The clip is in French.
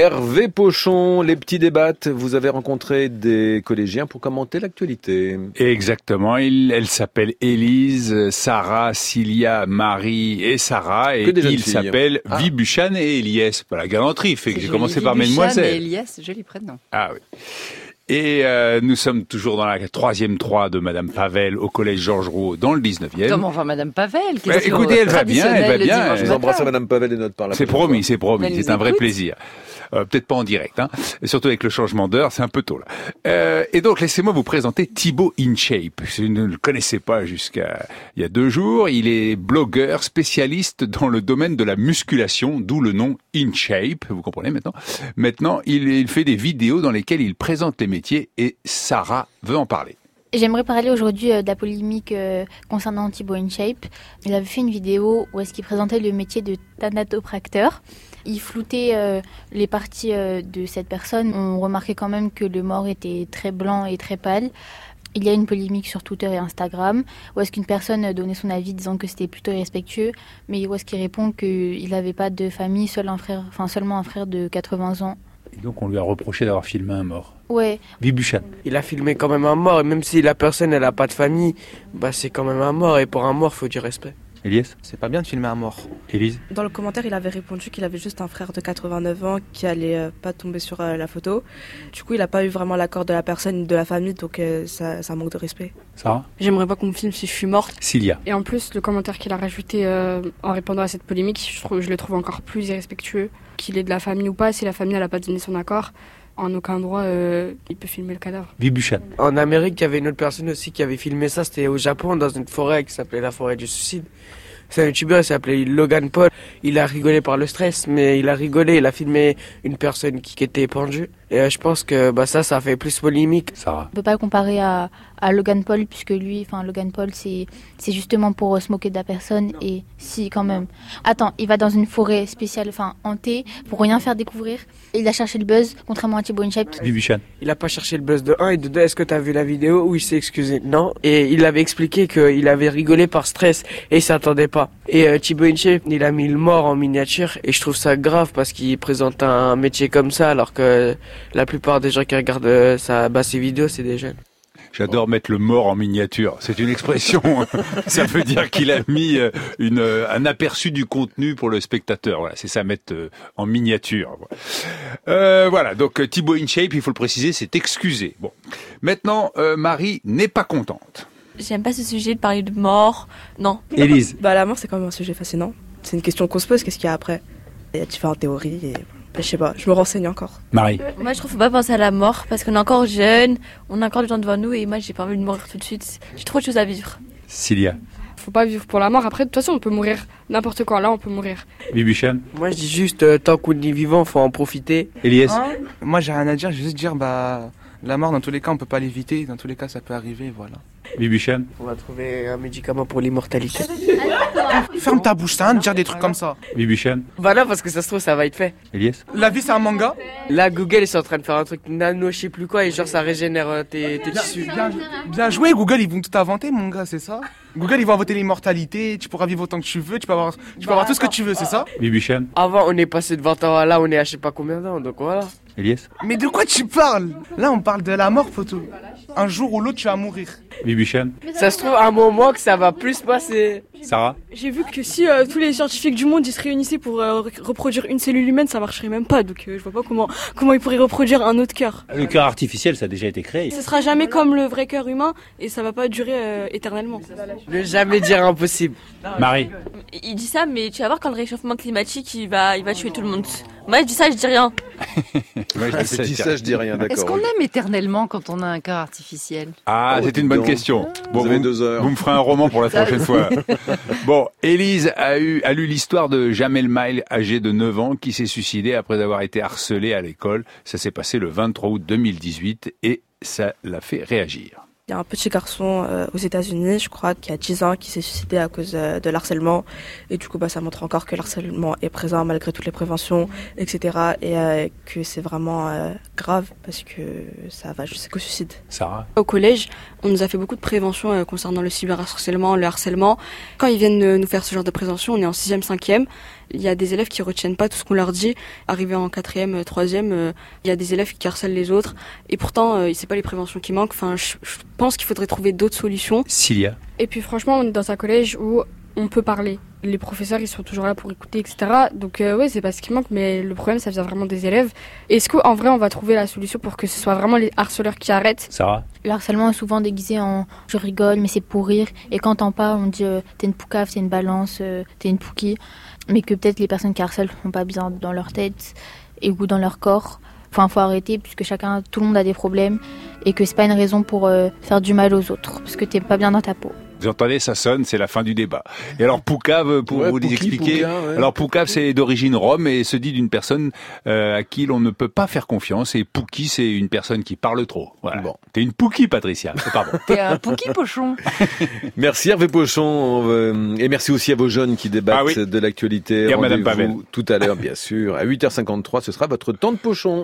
Hervé Pochon, les petits débats, vous avez rencontré des collégiens pour commenter l'actualité. Exactement, il, elle s'appelle Élise, Sarah, Cilia, Marie et Sarah, et Que des jeunes il filles. s'appelle Ah. Vibuchan et Eliès. Pas la galanterie, fait que j'ai joli, commencé par Bibuchan Mademoiselle. Et Elias, joli prénom. Ah oui. Et euh, nous sommes toujours dans la troisième 3 de Madame Pavel au collège Georges Rouault dans le 19e. Comment va Madame Pavel Bah, écoutez, elle va bien, elle va bien. Je vous D'accord. embrasse Madame Pavel et note par la C'est prochaine promis, c'est promis, Elle c'est nous un vrai écoute plaisir. Euh, Peut-être pas en direct, hein. Et surtout avec le changement d'heure, c'est un peu tôt là. Euh, et donc laissez-moi vous présenter Thibaut InShape. Si vous ne le connaissez pas jusqu'à il y a deux jours, il est blogueur spécialiste dans le domaine de la musculation, d'où le nom InShape. Vous comprenez maintenant Maintenant, il, il fait des vidéos dans lesquelles il présente les métiers et Sarah veut en parler. J'aimerais parler aujourd'hui euh, de la polémique euh, concernant Thibaut InShape. Il avait fait une vidéo où est-ce qu'il présentait le métier de thanatopracteur. Il floutait euh, les parties euh, de cette personne. On remarquait quand même que le mort était très blanc et très pâle. Il y a une polémique sur Twitter et Instagram où est-ce qu'une personne euh, donnait son avis disant que c'était plutôt irrespectueux, mais où est-ce qu'il répond qu'il n'avait pas de famille, seul un frère, enfin seulement un frère de 80 ans. donc on lui a reproché d'avoir filmé un mort. Ouais, Bibuchan. Il a filmé quand même un mort, et même si la personne elle a pas de famille, bah c'est quand même un mort, et pour un mort faut du respect. Elias C'est pas bien de filmer un mort. Élise Dans le commentaire, il avait répondu qu'il avait juste un frère de 89 ans qui allait euh, pas tomber sur euh, la photo. Du coup, il n'a pas eu vraiment l'accord de la personne, de la famille, donc euh, ça, ça manque de respect. Sarah J'aimerais pas qu'on me filme si je suis morte. Cilia. Et en plus, le commentaire qu'il a rajouté euh, en répondant à cette polémique, je, trouve, je le trouve encore plus irrespectueux. Qu'il est de la famille ou pas, si la famille n'a pas donné son accord, en aucun droit, euh, il peut filmer le cadavre. Bibuchan. En Amérique, il y avait une autre personne aussi qui avait filmé ça, c'était au Japon, dans une forêt qui s'appelait la forêt du suicide. C'est un youtubeur, il s'appelait Logan Paul. Il a rigolé par le stress, mais il a rigolé, il a filmé une personne qui, qui était pendue. Et euh, je pense que bah, ça, ça a fait plus polémique. Sarah. On peut pas le comparer à, à Logan Paul puisque lui, enfin Logan Paul, c'est c'est justement pour euh, se moquer de la personne et si quand même. Attends, il va dans une forêt spéciale, enfin hantée, pour rien faire découvrir. Et il a cherché le buzz, contrairement à Thibaut InShape. qui- Bibuchan. Il a pas cherché le buzz de 1 et de 2. Est-ce que t'as vu la vidéo où il s'est excusé Non. Et il avait expliqué qu'il avait rigolé par stress et il s'attendait pas. Et euh, Thibaut Inchep, il a mis le mort en miniature et je trouve ça grave parce qu'il présente un métier comme ça alors que la plupart des gens qui regardent euh, sa, bah, ses vidéos, c'est des jeunes. J'adore mettre le mort en miniature. C'est une expression. hein. ça veut dire qu'il a mis euh, une, euh, un aperçu du contenu pour le spectateur. Voilà, c'est ça, mettre euh, en miniature. Euh, voilà, donc euh, Thibaut InShape, il faut le préciser, c'est excusé. Bon, maintenant, euh, Marie n'est pas contente. J'aime pas ce sujet de parler de mort. Non. Élise. Bah, la mort, c'est quand même un sujet fascinant. C'est une question qu'on se pose, qu'est-ce qu'il y a après Il y a différentes théories, et je sais pas, je me renseigne encore. Marie. Moi, je trouve faut pas penser à la mort parce qu'on est encore jeune, on a encore du temps devant nous et moi, j'ai pas envie de mourir tout de suite. J'ai trop de choses à vivre. Cilia. Faut pas vivre pour la mort. Après, de toute façon, on peut mourir n'importe quand. Là, on peut mourir. Bibuchan. Moi, je dis juste, euh, tant qu'on est vivant, faut en profiter. Elias. Moi, j'ai rien à dire, je vais juste dire, bah, la mort, dans tous les cas, on peut pas l'éviter, dans tous les cas, ça peut arriver, voilà. Bibuchan. On va trouver un médicament pour l'immortalité. Ferme ta bouche, ça, hein, de dire des trucs comme ça. Bibuchan. bah non, parce que ça se trouve, ça va être fait. Elias. La vie, c'est un manga Là, Google, ils sont en train de faire un truc nano, je sais plus quoi, et genre, ça régénère euh, tes, tes tissus. bien, bien joué, Google, ils vont tout inventer, mon gars, c'est ça Google, ils vont inventer l'immortalité, tu pourras vivre autant que tu veux, tu peux avoir, tu peux avoir tout ce que tu veux, c'est ça Bibuchan. Avant, on est passé de 20 ans à là, on est à je sais pas combien d'ans, donc voilà. Elias. Mais de quoi tu parles Là, on parle de la mort, photo. Un jour ou l'autre, tu vas mourir. Bibuchan. Ça se trouve, à un moment que ça va plus se passer. Sarah. J'ai vu que si euh, tous les scientifiques du monde ils se réunissaient pour euh, re- reproduire une cellule humaine, ça marcherait même pas. Donc euh, je vois pas comment comment ils pourraient reproduire un autre cœur. Le cœur artificiel, ça a déjà été créé. Ce sera jamais comme le vrai cœur humain et ça va pas durer euh, éternellement. Ne jamais dire impossible. Marie. Il dit ça, mais tu vas voir quand le réchauffement climatique, il va, il va tuer tout le monde. Moi, je dis ça, je dis rien. fois. Ah, C'est qui ça, je dis rien, Est-ce d'accord. qu'on oui. aime éternellement quand on a un corps artificiel Ah, Oh, c'est dis une bonne donc. question. Bon, Vous avez vous- deux heures. Vous me ferez un roman pour la Ça- prochaine fois. Bon, Élise a, eu, a lu l'histoire de Jamel Mail, âgé de 9 ans, qui s'est suicidé après avoir été harcelé à l'école. Ça s'est passé le 23 août 2018 et ça l'a fait réagir. Il y a un petit garçon euh, aux États-Unis, je crois, qui a 10 ans, qui s'est suicidé à cause euh, de l'harcèlement. Et du coup, bah, ça montre encore que l'harcèlement est présent malgré toutes les préventions, etc. Et euh, que c'est vraiment euh, grave parce que ça va jusqu'au suicide. Sarah Au collège, on nous a fait beaucoup de prévention euh, concernant le cyberharcèlement, le harcèlement. Quand ils viennent euh, nous faire ce genre de prévention, on est en 6e, 5e Il y a des élèves qui retiennent pas tout ce qu'on leur dit. Arrivés en quatrième, euh, troisième, euh, il y a des élèves qui harcèlent les autres. Et pourtant, euh, c'est pas les préventions qui manquent. Enfin, je je pense qu'il faudrait trouver d'autres solutions. Cilia. Et puis franchement, on est dans un collège où on peut parler. Les professeurs, ils sont toujours là pour écouter, etc. Donc euh, ouais, c'est pas ce qui manque, mais le problème, ça vient vraiment des élèves. Est-ce qu'en vrai, on va trouver la solution pour que ce soit vraiment les harceleurs qui arrêtent Sarah. Le harcèlement est souvent déguisé en je rigole, mais c'est pour rire. Et quand on parle, on dit euh, t'es une poucave, t'es une balance, euh, t'es une pouquille. Mais que peut-être les personnes qui harcèlent sont pas bien dans leur tête et ou dans leur corps. Enfin, faut arrêter puisque chacun, tout le monde a des problèmes et que c'est pas une raison pour euh, faire du mal aux autres parce que t'es pas bien dans ta peau. Vous entendez, ça sonne, c'est la fin du débat. Et alors Poucave, pour Ouais, vous les Pouki, expliquer, Pouka, hein, ouais. alors Poucave c'est d'origine rome et se dit d'une personne euh, à qui l'on ne peut pas faire confiance et Pouki c'est une personne qui parle trop. Voilà. T'es une Pouki Patricia, Oh, pardon. T'es un pouki pochon. Merci Hervé Pochon euh, et merci aussi à vos jeunes qui débattent Ah oui. de l'actualité. Et à Rendez-vous Madame Pavel. Tout à l'heure, bien sûr, à 8h53, ce sera votre temps de Pochon.